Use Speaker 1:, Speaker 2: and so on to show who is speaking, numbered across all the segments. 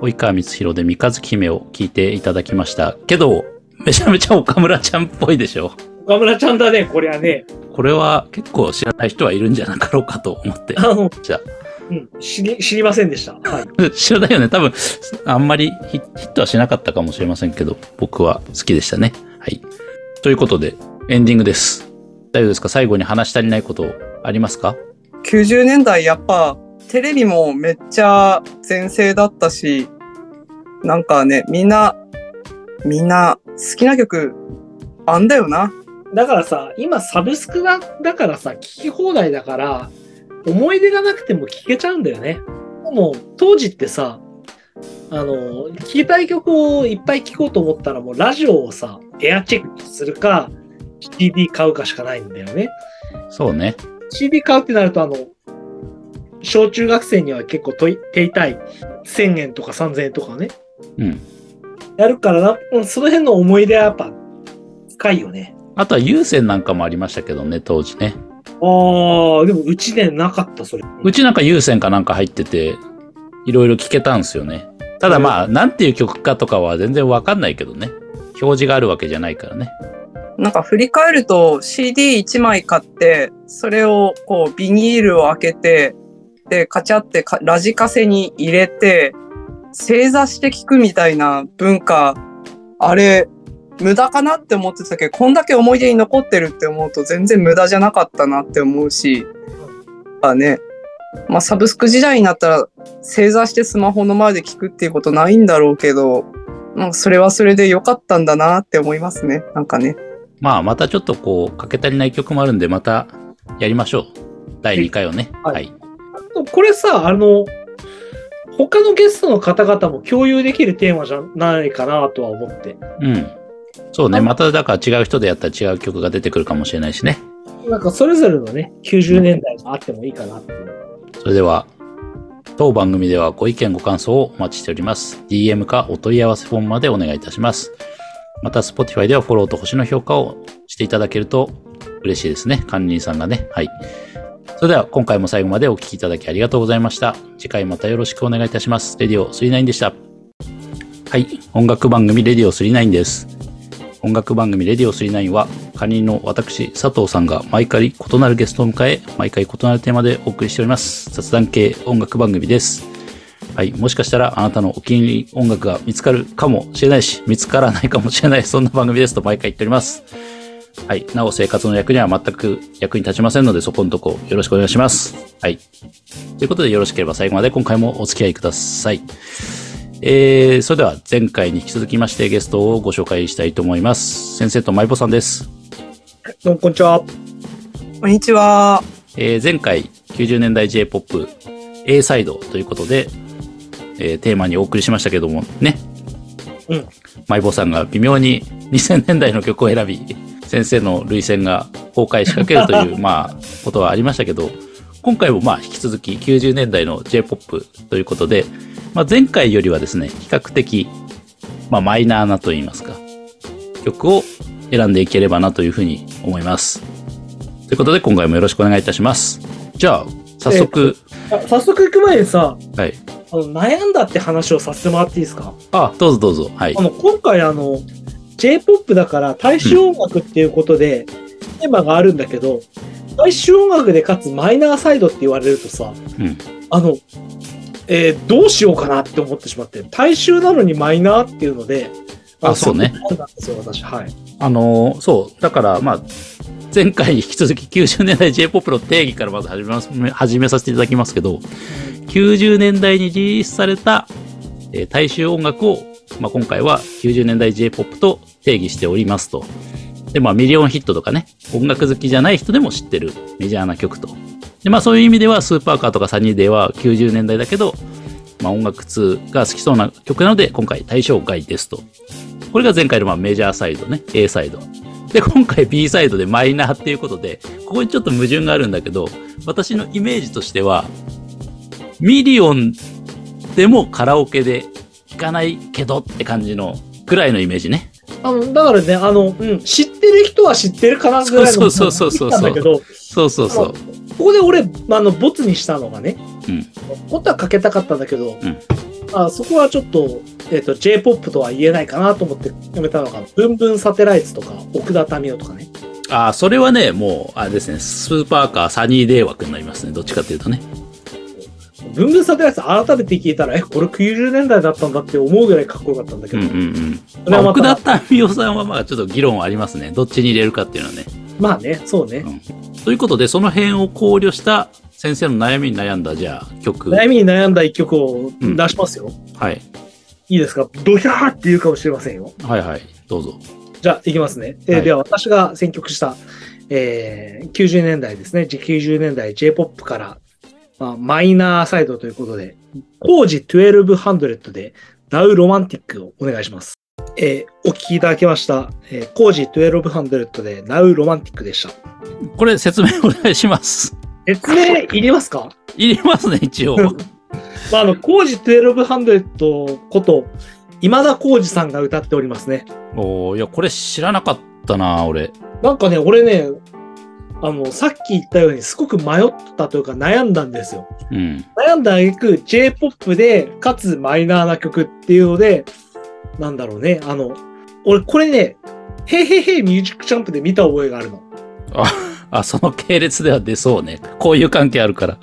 Speaker 1: 及川光弘で三日月姫を聞いていただきました。けど、めちゃめちゃ岡村ちゃんっぽいでしょ。
Speaker 2: 岡村ちゃんだね、こりゃね。
Speaker 1: これは結構知らない人はいるんじゃなかろうかと思って。
Speaker 2: あの、
Speaker 1: じゃあ
Speaker 2: うん、知り、知りませんでした。はい。
Speaker 1: 知らないよね。多分、あんまりヒヒットはしなかったかもしれませんけど、僕は好きでしたね。はい。ということで、エンディングです。大丈夫ですか最後に話し足りないことありますか
Speaker 3: 90年代やっぱテレビもめっちゃ全盛だったし、なんかね、みんな、みんな好きな曲あんだよな。
Speaker 2: だからさ、今サブスクが、だからさ、聞き放題だから、思い出がなくても聞けちゃうんだよね。でも当時ってさ、あの、聞きたい曲をいっぱい聞こうと思ったら、もうラジオをさ、エアチェックするか、CD 買うかしかないんだよね。
Speaker 1: そうね。
Speaker 2: CD 買うってなると、あの、小中学生には結構とい手痛い1000円とか3000円とかね、
Speaker 1: うん。
Speaker 2: やるからな、うんその辺の思い出はやっぱ深いよね。
Speaker 1: あとは有線なんかもありましたけどね、当時ね。
Speaker 2: ああ、でもうちね、なかった、それ。
Speaker 1: うちなんか有線かなんか入ってて、いろいろ聞けたんですよね。ただまあ、なんていう曲かとかは全然わかんないけどね。表示があるわけじゃないからね。
Speaker 3: なんか振り返ると CD1 枚買って、それをこうビニールを開けて、で、カチャってかラジカセに入れて、正座して聞くみたいな文化、あれ、無駄かなって思ってたけど、こんだけ思い出に残ってるって思うと全然無駄じゃなかったなって思うし、まあね、まあサブスク時代になったら正座してスマホの前で聞くっていうことないんだろうけど、まあそれはそれで良かったんだなって思いますね、なんかね。
Speaker 1: まあ、またちょっとこう、かけ足りない曲もあるんで、またやりましょう。第2回をね。
Speaker 2: はい
Speaker 1: はい。
Speaker 2: これさ、あの、他のゲストの方々も共有できるテーマじゃないかなとは思って。
Speaker 1: うん。そうね。また、だから違う人でやったら違う曲が出てくるかもしれないしね。
Speaker 2: なんかそれぞれのね、90年代があってもいいかなっていう。
Speaker 1: それでは、当番組ではご意見ご感想をお待ちしております。DM かお問い合わせフォームまでお願いいたします。また、Spotify ではフォローと星の評価をしていただけると嬉しいですね。管理人さんがね。はい。それでは、今回も最後までお聞きいただきありがとうございました。次回またよろしくお願いいたします。レディオ39でした。はい。音楽番組レディオ39です。音楽番組レディオ39は、管理人の私、佐藤さんが毎回異なるゲストを迎え、毎回異なるテーマでお送りしております。雑談系音楽番組です。はい。もしかしたら、あなたのお気に入り音楽が見つかるかもしれないし、見つからないかもしれない、そんな番組ですと毎回言っております。はい。なお、生活の役には全く役に立ちませんので、そこのとこよろしくお願いします。はい。ということで、よろしければ最後まで今回もお付き合いください。えー、それでは前回に引き続きましてゲストをご紹介したいと思います。先生とまいぼさんです。
Speaker 2: どうもこんにちは。
Speaker 3: こんにちは。
Speaker 1: えー前回90年代 J-POP A サイドということで、えーテーマにお送りしましたけどもね。
Speaker 2: うん。
Speaker 1: マイボーさんが微妙に2000年代の曲を選び、先生の類線が崩壊しかけると いう、まあ、ことはありましたけど、今回もまあ引き続き90年代の J-POP ということで、まあ、前回よりはですね、比較的、まあ、マイナーなといいますか、曲を選んでいければなというふうに思います。ということで、今回もよろしくお願いいたします。じゃあ、早速、
Speaker 2: あ早速行く前にさ、
Speaker 1: はい。
Speaker 2: あの悩んだって話をさせてもらっていいですか
Speaker 1: あ、どうぞどうぞ。はい
Speaker 2: あ。の今回あの J-POP だから大衆音楽っていうことで、テーマがあるんだけど大衆音楽でかつマイナーサイドって言われるとさ、
Speaker 1: うん
Speaker 2: あの、えーどうしようかなって思ってしまって大衆なのにマイナーっていうので
Speaker 1: あそうね
Speaker 2: そうなんですよ私はい
Speaker 1: あのーそう。だから、まあ、前回に引き続き90年代 J-POP の定義からまず始めます、始めさせていただきますけど、90年代にリリースされた、えー大衆音楽を、まあ、今回は90年代 J-POP と定義しておりますと。で、まあ、ミリオンヒットとかね、音楽好きじゃない人でも知ってるメジャーな曲と。で、まあ、そういう意味では、スーパーカーとかサニーデーは90年代だけど、まあ、音楽通が好きそうな曲なので、今回対象外ですと。これが前回のまあメジャーサイドね、A サイド。で、今回 B サイドでマイナーっていうことで、ここにちょっと矛盾があるんだけど、私のイメージとしては、ミリオンでもカラオケで聴かないけどって感じのくらいのイメージね。
Speaker 2: あのだからねあの、うん、知ってる人は知ってるかなぐらいの
Speaker 1: そうそうそうそうそう
Speaker 2: なんだけど
Speaker 1: そうそうそう。
Speaker 2: ここで俺、まああの、ボツにしたのがね、
Speaker 1: うん
Speaker 2: 本当はかけたかったんだけど、
Speaker 1: うん
Speaker 2: あそこはちょっと、えっ、と、J-POP とは言えないかなと思ってやめたのが、ブンブンサテライツとか、奥田民生とかね。
Speaker 1: ああ、それはね、もう、あれですね、スーパーカーサニーデー枠になりますね。どっちかというとね。
Speaker 2: ブンブンサテライツ改めて聞いたら、え、これ90年代だったんだって思うぐらいかっこよかったんだけ
Speaker 1: う
Speaker 2: ど、
Speaker 1: んうんうん。
Speaker 2: それ
Speaker 1: まあ、
Speaker 2: はま
Speaker 1: 奥
Speaker 2: た、まあ、
Speaker 1: 田民生さんはまあちょっと議論はありますね。どっちに入れるかっていうのはね。
Speaker 2: ね、そうね。
Speaker 1: ということで、その辺を考慮した先生の悩みに悩んだ、じゃあ、曲。
Speaker 2: 悩みに悩んだ一曲を出しますよ。
Speaker 1: はい。
Speaker 2: いいですかドヒャーって言うかもしれませんよ。
Speaker 1: はいはい。どうぞ。
Speaker 2: じゃあ、いきますね。えー
Speaker 1: はい
Speaker 2: では、私が選曲した、えー90年代ですね。90年代 J-POP から、まあ、マイナーサイドということで、工事1200で、ダウロマンティックをお願いします。えーお聴きいただきました。えー、工事1200で、ダウロマンティックでした。
Speaker 1: これ説明お願いします。
Speaker 2: 説明いりますか
Speaker 1: いりますね、一応。
Speaker 2: まあ、あの、工事1200こと、今田工事さんが歌っておりますね。
Speaker 1: おーいや、これ知らなかったな、俺。
Speaker 2: なんかね、俺ね、あの、さっき言ったように、すごく迷ったというか悩んだんですよ。
Speaker 1: うん。
Speaker 2: 悩んだ挙句 J-POP で、かつマイナーな曲っていうので、なんだろうね、あの、俺これね、へいへいへいミュージックチャンプで見た覚えがあるの。
Speaker 1: あ、その系列では出そうね。こういう関係あるから。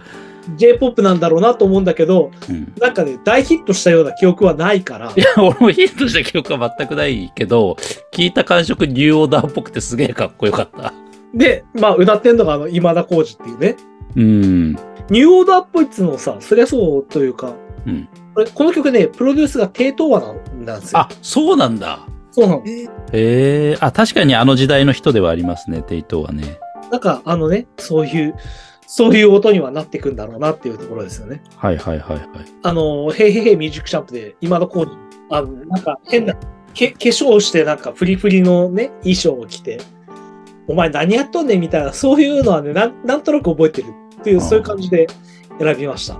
Speaker 2: J-POP なんだろうなと思うんだけど、
Speaker 1: うん。
Speaker 2: なんかね、大ヒットしたような記憶はないから
Speaker 1: い、や、 俺もヒントした記憶は全くないけど、聞いた感触ニューオーダーっぽくてすげえかっこよかった。
Speaker 2: で、まあ、歌ってんのが、あの、今田耕司っていうね、
Speaker 1: うん。
Speaker 2: ニューオーダーっぽいっつうのをさ、そりゃそうというか、
Speaker 1: うん
Speaker 2: これこの曲ね、プロデュースが低等話なんなんですよ。
Speaker 1: あ、そうなんだ。
Speaker 2: そうなの。
Speaker 1: へえ。あ、確かにあの時代の人ではありますね、テイトーはね。
Speaker 2: なんか、あのね、そういう、そういう音にはなってくんだろうなっていうところですよね。
Speaker 1: はいはいはいはい。
Speaker 2: あの、へいへいへいミュージックチャンプで、今の子に、あの、なんか変な、け化粧をして、なんかフリフリのね、衣装を着て、お前何やっとんねんみたいな、そういうのはね、なんなんとなく覚えてるっていう、
Speaker 1: あー
Speaker 2: そういう感じで選びました。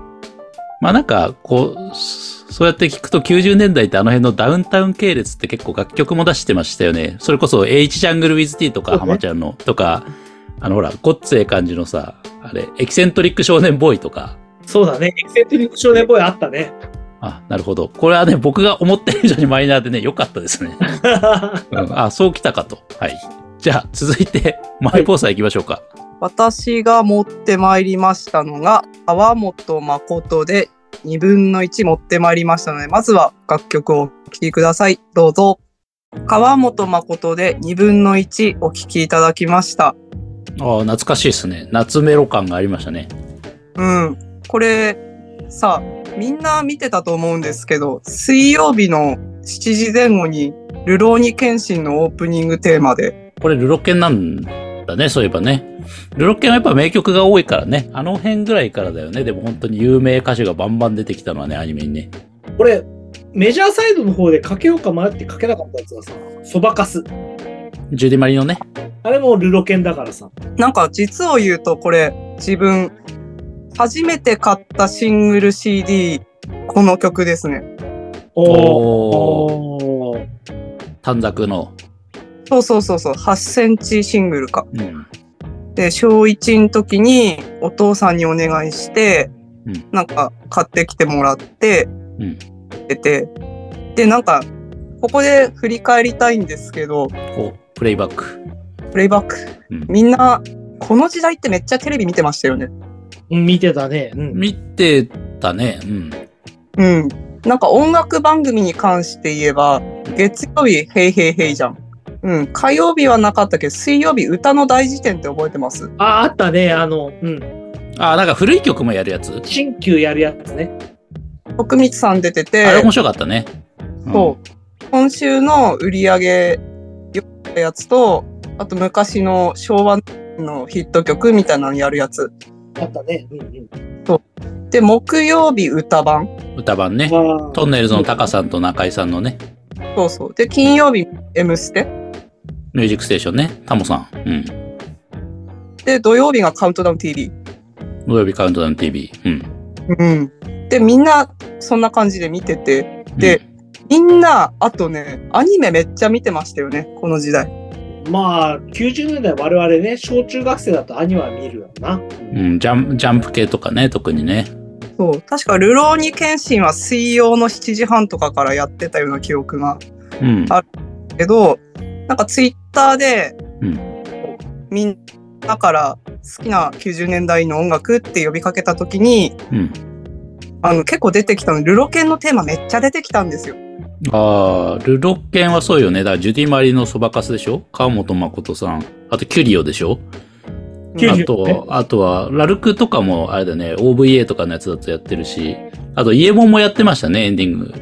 Speaker 1: まあなんか、こう、そそうやって聞くと90年代ってあの辺のダウンタウン系列って結構楽曲も出してましたよね。それこそ H ジャングル WithT と
Speaker 2: そう
Speaker 1: か
Speaker 2: ね
Speaker 1: ハマちゃんのとか、あのほら、ごっつええ感じのさ、あれ、エキセントリック少年ボーイとか。
Speaker 2: そうだね、エキセントリック少年ボーイあったね。
Speaker 1: あ、なるほど。これはね、僕が思ってる以上にマイナーでね、良かったです ね。うんあ、そうきたかと。はい。じゃあ、続いて、マイポーさん行きましょうか。
Speaker 3: 私が持ってまいりましたのが川本誠で2分の1持ってまいりましたのでまずは楽曲をお聴きくださいどうぞ川本誠で2分の1お聴きいただきました
Speaker 1: ああ、懐かしいですね。夏メロ感がありましたね。
Speaker 3: うんこれさみんな見てたと思うんですけど水曜日の7時前後に「流浪に剣心」のオープニングテーマで
Speaker 1: これルロケンなんだね、そういえばね。ルロケンはやっぱ名曲が多いからね。あの辺ぐらいからだよね。でも本当に有名歌手がバンバン出てきたのはね、アニメにね。
Speaker 2: これ、メジャーサイドの方でかけようか迷ってかけなかったやつがさ、そばかす。
Speaker 1: ジュディマリのね。
Speaker 2: あれもルロケンだからさ。
Speaker 3: なんか実を言うとこれ自分初めて買ったシングル CD この曲ですね。
Speaker 2: おー。
Speaker 1: おー。
Speaker 2: おー
Speaker 1: 短冊の。
Speaker 3: そうそうそうそう8センチシングルか。
Speaker 1: うん。
Speaker 3: で小1の時にお父さんにお願いして、
Speaker 1: うん
Speaker 3: なんか買ってきてもらって
Speaker 1: うん。
Speaker 3: 出てでなんかここで振り返りたいんですけど
Speaker 1: こう、プレイバック。
Speaker 3: プレイバック
Speaker 1: うん。
Speaker 3: みんなこの時代ってめっちゃテレビ見てましたよね。
Speaker 2: うん見てたね。うん
Speaker 1: 見てたね。うん。
Speaker 3: うん。なんか音楽番組に関して言えば、月曜日、ヘイヘイヘイじゃん。うん。火曜日はなかったけど、水曜日、歌の大辞典って覚えてます
Speaker 2: あ、あったね。あの、うん。
Speaker 1: あ、なんか古い曲もやるやつ。
Speaker 2: 新旧やるやつね。
Speaker 3: 徳光さん出て
Speaker 1: あれ
Speaker 3: て
Speaker 1: 面、白かったね。うん
Speaker 3: そう。今週の売り上げよったやつと、あと昔の昭和のヒット曲みたいなのやるやつ。
Speaker 2: あったね。うんうん。
Speaker 3: で、木曜日、歌版。
Speaker 1: 歌版ね。
Speaker 2: あ
Speaker 1: トンネルズのタカさんと中井さんのね、
Speaker 3: そうそう。で、金曜日、M ステ。
Speaker 1: ミュージックステーションね。タモさん。うん。
Speaker 3: で、土曜日がカウントダウン TV。
Speaker 1: 土曜日カウントダウン TV。うん。
Speaker 3: うん。で、みんな、そんな感じで見てて。で
Speaker 1: うん、
Speaker 3: みんな、あとね、アニメめっちゃ見てましたよね、この時代。
Speaker 2: まあ、90年代我々ね、小中学生だとアニメは見るよな。
Speaker 1: うんジャンジャンプ系とかね、特にね。
Speaker 3: そう確か「ルローニケンシン」は水曜の7時半とかからやってたような記憶が
Speaker 1: うん。
Speaker 3: あけどなんかツイッターで、
Speaker 1: うん
Speaker 3: みんなから好きな90年代の音楽って呼びかけた時に
Speaker 1: うん。
Speaker 3: あの結構出てきたのルロケンのテーマめっちゃ出てきたんですよ。
Speaker 1: ああ、ルロッケンはそうよね。だから、ジュディ・マリのそばかすでしょ川本誠さん。あと、キュリオでしょ
Speaker 2: キュリ
Speaker 1: あ
Speaker 2: オ
Speaker 1: と、あとは、ラルクとかも、あれだね、OVA とかのやつだとやってるし、あと、イエモンもやってましたね、エンディング。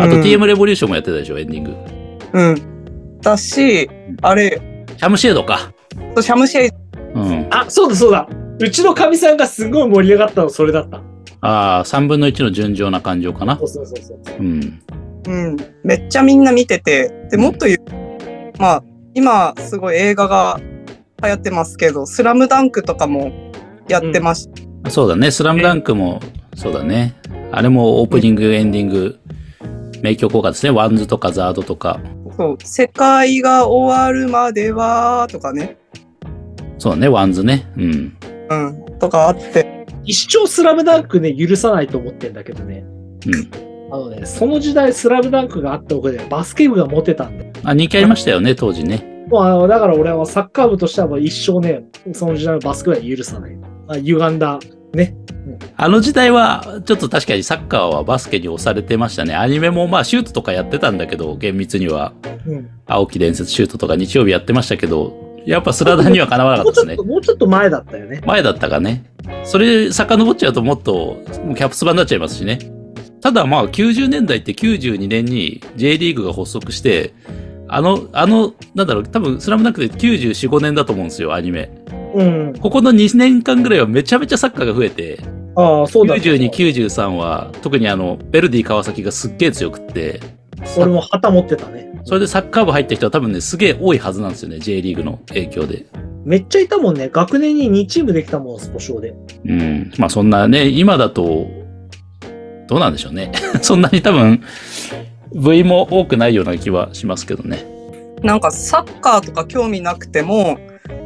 Speaker 1: あと、
Speaker 3: うん
Speaker 1: TM レボリューションもやってたでしょ、エンディング。
Speaker 3: うん、だしあれ
Speaker 1: シャムシェードか。
Speaker 3: シャムシェイ
Speaker 1: うん。
Speaker 2: あ、そうだそうだ。うちのかみさんがすごい盛り上がったの、それだった。
Speaker 1: ああ、3分の1の純情な感情かな
Speaker 2: そ。うそうそうそう。
Speaker 1: うん。
Speaker 3: うん、めっちゃみんな見ててでもっと言うまあ今すごい映画が流行ってますけど「スラムダンクとかもやってまし
Speaker 1: そうだね、スラムダンクも、そうだね。あれもオープニング、エンディング、名曲効果ですね。ワンズとかザードとか。
Speaker 3: そう世界が終わるまでは」とかね、
Speaker 1: そうね、ワンズね。うん。
Speaker 3: うん、とかあって
Speaker 2: 一生スラムダンクね、許さないと思ってんだけどね。
Speaker 1: うん。
Speaker 2: あのね、その時代スラムダンクがあったおかげでバスケ部が持てたんで。
Speaker 1: あ、人気ありましたよね、当時ね。
Speaker 2: もうあの、だから俺はサッカー部としてはもう一生ね、その時代のバスケ部は許さない。まあ、歪んだ。ね。
Speaker 1: あの時代は、ちょっと確かにサッカーはバスケに押されてましたね。アニメもまあシュートとかやってたんだけど、厳密には。
Speaker 2: うん。
Speaker 1: 青木伝説シュートとか日曜日やってましたけど、やっぱスラダンにはかなわなか
Speaker 2: も
Speaker 1: っ
Speaker 2: う
Speaker 1: た
Speaker 2: ちょ
Speaker 1: で
Speaker 2: っ
Speaker 1: す
Speaker 2: と、
Speaker 1: ね。
Speaker 2: もうちょっと前だったよね。
Speaker 1: 前だったかね。それ、遡っちゃうともっと、もうキャプツバになっちゃいますしね。ただまあ、90年代って92年に J リーグが発足して、あの、あの、なんだろう、多分、スラムダンクで94、5年だと思うんですよ、アニメ。
Speaker 2: うん。
Speaker 1: ここの2年間ぐらいはめちゃめちゃサッカーが増えて、
Speaker 2: ああ、そうだ。
Speaker 1: 92、93は、特にあの、ベルディ川崎がすっげえ強くって、
Speaker 2: 俺も旗持ってたね。
Speaker 1: それでサッカー部入った人は多分ね、すげえ多いはずなんですよね、J リーグの影響で。
Speaker 2: めっちゃいたもんね。学年に2チームできたもん、スポ少で。
Speaker 1: うん。まあそんなね、今だと、どうなんでしょうね。 そんなに多分、部員も多くないような気はしますけどね。
Speaker 3: なんかサッカーとか興味なくても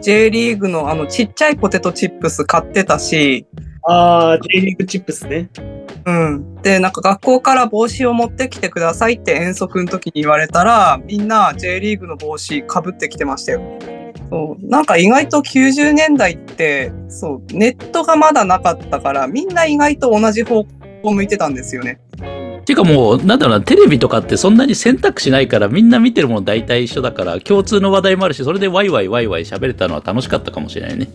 Speaker 3: J リーグのあのちっちゃいポテトチップス買ってたし、
Speaker 2: ああ、J リーグチップスね。
Speaker 3: うん、でなんか学校から帽子を持ってきてくださいって遠足の時に言われたらみんな J リーグの帽子かぶってきてましたよ。そうなんか意外と90年代ってそうネットがまだなかったからみんな意外と同じ方向を向いてたんですよね。
Speaker 1: ていうかもう、なんだろうな、テレビとかってそんなに選択肢ないから、みんな見てるもの大体一緒だから、共通の話題もあるし、それでワイワイワイワイ喋れたのは楽しかったかもしれないね。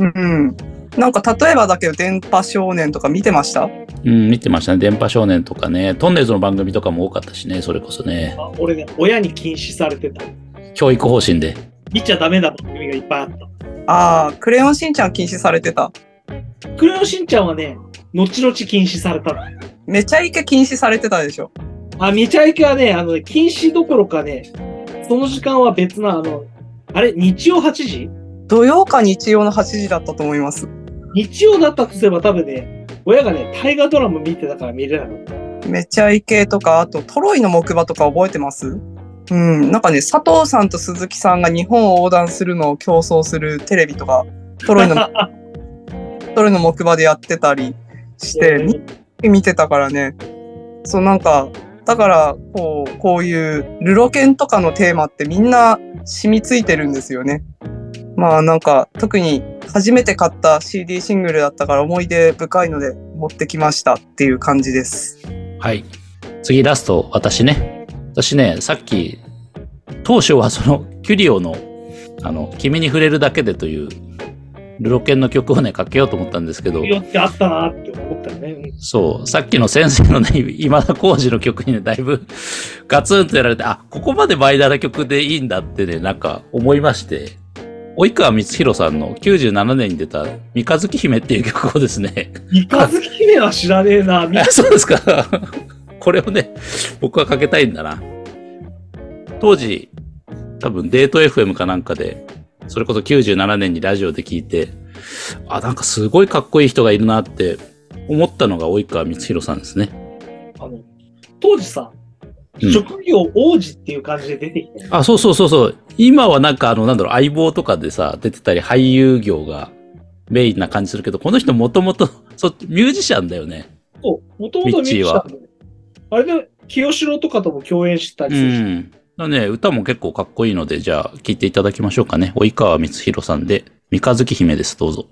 Speaker 3: うん、なんか例えばだけど「電波少年」とか見てました
Speaker 1: うん、見てましたね。電波少年とかね。トンネルズの番組とかも多かったしね、それこそね。
Speaker 2: あ俺ね、親に禁止されてた。
Speaker 1: 教育方針で。
Speaker 2: 見ちゃダメな番組がいっぱいあった。
Speaker 3: ああクレヨンしんちゃん禁止されてた。
Speaker 2: クレヨンしんちゃんはね、後々禁止されたの。
Speaker 3: めちゃイケ禁止されてたでしょ。
Speaker 2: あ、めちゃイケはね、あのね、禁止どころかね、その時間は別な、あの、あれ、日曜8時
Speaker 3: 土曜か日曜の8時だったと思います。
Speaker 2: 日曜だったとすれば多分ね、親がね、大河ドラマ見てたから見れなかった。
Speaker 3: めちゃイケとか、あとトロイの木馬とか覚えてますうん、なんかね、佐藤さんと鈴木さんが日本を横断するのを競争するテレビとか、トロイのトロイの木馬でやってたりして、み見てたからね。そう、なんか、だから、こう、こういうルロケンとかのテーマってみんな染みついてるんですよね。まあなんか、特に初めて買った CD シングルだったから思い出深いので持ってきましたっていう感じです。
Speaker 1: はい。次、ラスト、私ね。私ね、さっき、当初はその、キュリオの、あの、君に触れるだけでという、ルロケンの曲をね、かけようと思ったんですけど、
Speaker 2: よってあったなって思ったよね。うん
Speaker 1: そう、さっきの先生のね、 今田耕司の曲にね、だいぶ ガツンとやられて、あ、ここまでマイナーな曲でいいんだってね、なんか思いまして、及川光弘さんの97年に出た三日月姫っていう曲をですね、
Speaker 2: 三日月姫は知らねえな、み
Speaker 1: あそうですか。 これをね、僕はかけたいんだな。当時、多分デート FM かなんかで、それこそ97年にラジオで聞いて、あ、なんかすごいかっこいい人がいるなって思ったのが及川光弘さんですね。
Speaker 2: あの、当時さ、
Speaker 1: うん
Speaker 2: 職業王子っていう感じで出てきたよね
Speaker 1: あ、そうそうそうそう。今はなんかあの、なんだろう、相棒とかでさ、出てたり俳優業がメインな感じするけど、この人もともと そミュージシャンだよね。
Speaker 2: そう、もともとミュージシャンで。あれで、清志郎とかとも共演してたり
Speaker 1: う
Speaker 2: するし、
Speaker 1: ん。だね、歌も結構かっこいいので、じゃあ、聴いていただきましょうかね。及川光弘さんで、三日月姫です、どうぞ。